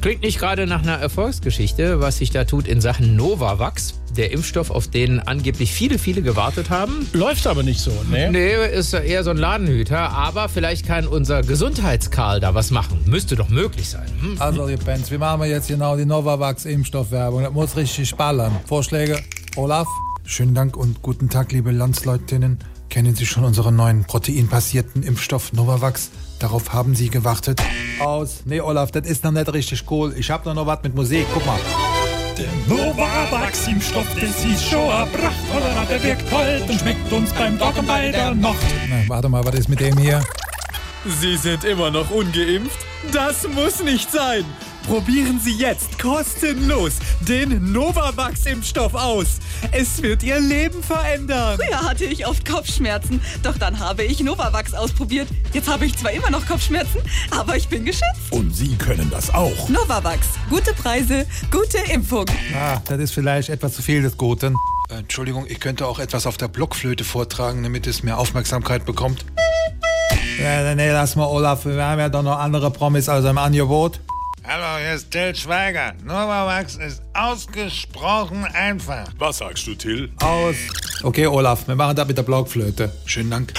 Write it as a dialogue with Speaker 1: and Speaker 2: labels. Speaker 1: Klingt nicht gerade nach einer Erfolgsgeschichte, was sich da tut in Sachen Novavax, der Impfstoff, auf den angeblich viele, viele gewartet haben.
Speaker 2: Läuft aber nicht so, ne?
Speaker 1: Nee, ist eher so ein Ladenhüter, aber vielleicht kann unser Gesundheitskarl da was machen. Müsste doch möglich sein. Hm?
Speaker 3: Also, ihr Pens, wie machen wir jetzt genau die Novavax-Impfstoffwerbung? Das muss richtig ballern. Vorschläge? Olaf?
Speaker 4: Schönen Dank und guten Tag, liebe Landsleutinnen. Kennen Sie schon unseren neuen proteinbasierten Impfstoff Novavax? Darauf haben Sie gewartet.
Speaker 3: Aus. Nee, Olaf, das ist noch nicht richtig cool. Ich hab noch, noch was mit Musik. Guck mal.
Speaker 5: Der Novavax-Impfstoff, das ist schon ein prachtvoller Rat, der wirkt halt und schmeckt uns beim Doggen bei der Nacht.
Speaker 3: Na, warte mal, was ist mit dem hier?
Speaker 6: Sie sind immer noch ungeimpft? Das muss nicht sein! Probieren Sie jetzt kostenlos den Novavax-Impfstoff aus. Es wird Ihr Leben verändern.
Speaker 7: Früher hatte ich oft Kopfschmerzen, doch dann habe ich Novavax ausprobiert. Jetzt habe ich zwar immer noch Kopfschmerzen, aber ich bin geschützt.
Speaker 5: Und Sie können das auch.
Speaker 7: Novavax, gute Preise, gute Impfung.
Speaker 3: Ah, das ist vielleicht etwas zu viel des Guten.
Speaker 4: Äh, Entschuldigung, ich könnte auch etwas auf der Blockflöte vortragen, damit es mehr Aufmerksamkeit bekommt.
Speaker 3: Nee, nee, lass mal, Olaf. Wir haben ja doch noch andere Promis also im Angebot.
Speaker 8: Hallo, hier ist Till Schweiger. Novavax ist ausgesprochen einfach.
Speaker 5: Was sagst du, Till?
Speaker 3: Aus. Okay, Olaf, wir machen das mit der Blockflöte.
Speaker 4: Schönen Dank.